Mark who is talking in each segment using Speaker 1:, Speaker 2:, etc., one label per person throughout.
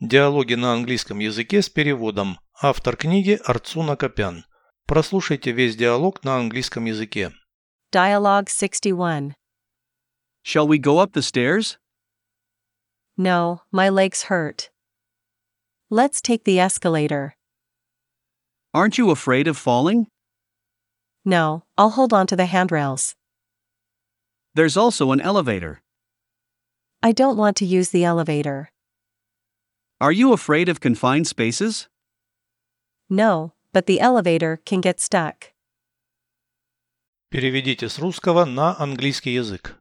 Speaker 1: Диалоги на английском языке с переводом. Автор книги Арцуна Копян. Прослушайте весь диалог на английском языке.
Speaker 2: Dialogue 61.
Speaker 3: Shall we go up the stairs?
Speaker 2: No, my legs hurt. Let's take the escalator.
Speaker 3: Aren't you afraid of falling?
Speaker 2: No, I'll hold on to the handrails.
Speaker 3: There's also an elevator.
Speaker 2: I don't want to use the elevator.
Speaker 3: Are you afraid of confined spaces?
Speaker 2: No, but the elevator can get stuck.
Speaker 1: Переведите с русского на английский язык.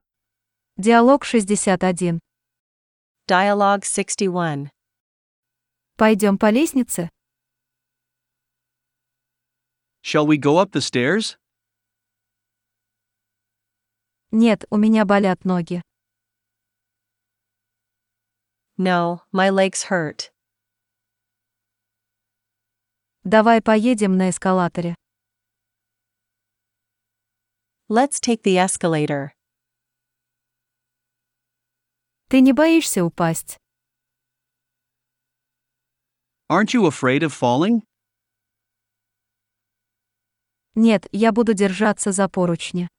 Speaker 4: Диалог 61.
Speaker 2: Dialogue 61.
Speaker 4: Пойдем по лестнице.
Speaker 3: Shall we go up the stairs?
Speaker 4: Нет, у меня болят ноги.
Speaker 2: No, my legs hurt.
Speaker 4: Давай поедем на эскалаторе.
Speaker 2: Let's take the escalator.
Speaker 4: Ты не боишься упасть?
Speaker 3: Aren't you afraid of falling?
Speaker 4: Нет, я буду держаться за поручни.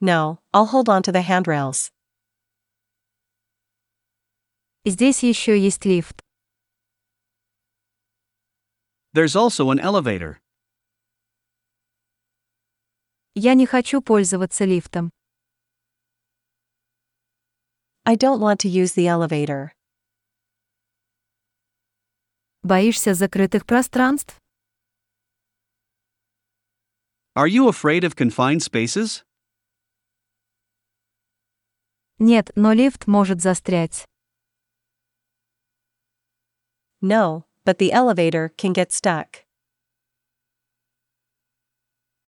Speaker 2: No, I'll hold on to the handrails.
Speaker 4: Здесь еще есть лифт.
Speaker 3: There's also an elevator.
Speaker 4: Я не хочу пользоваться лифтом.
Speaker 2: I don't want to use the elevator.
Speaker 4: Боишься закрытых пространств?
Speaker 3: Are you afraid of confined spaces?
Speaker 4: Нет, но лифт может застрять.
Speaker 2: No, but the elevator can get stuck.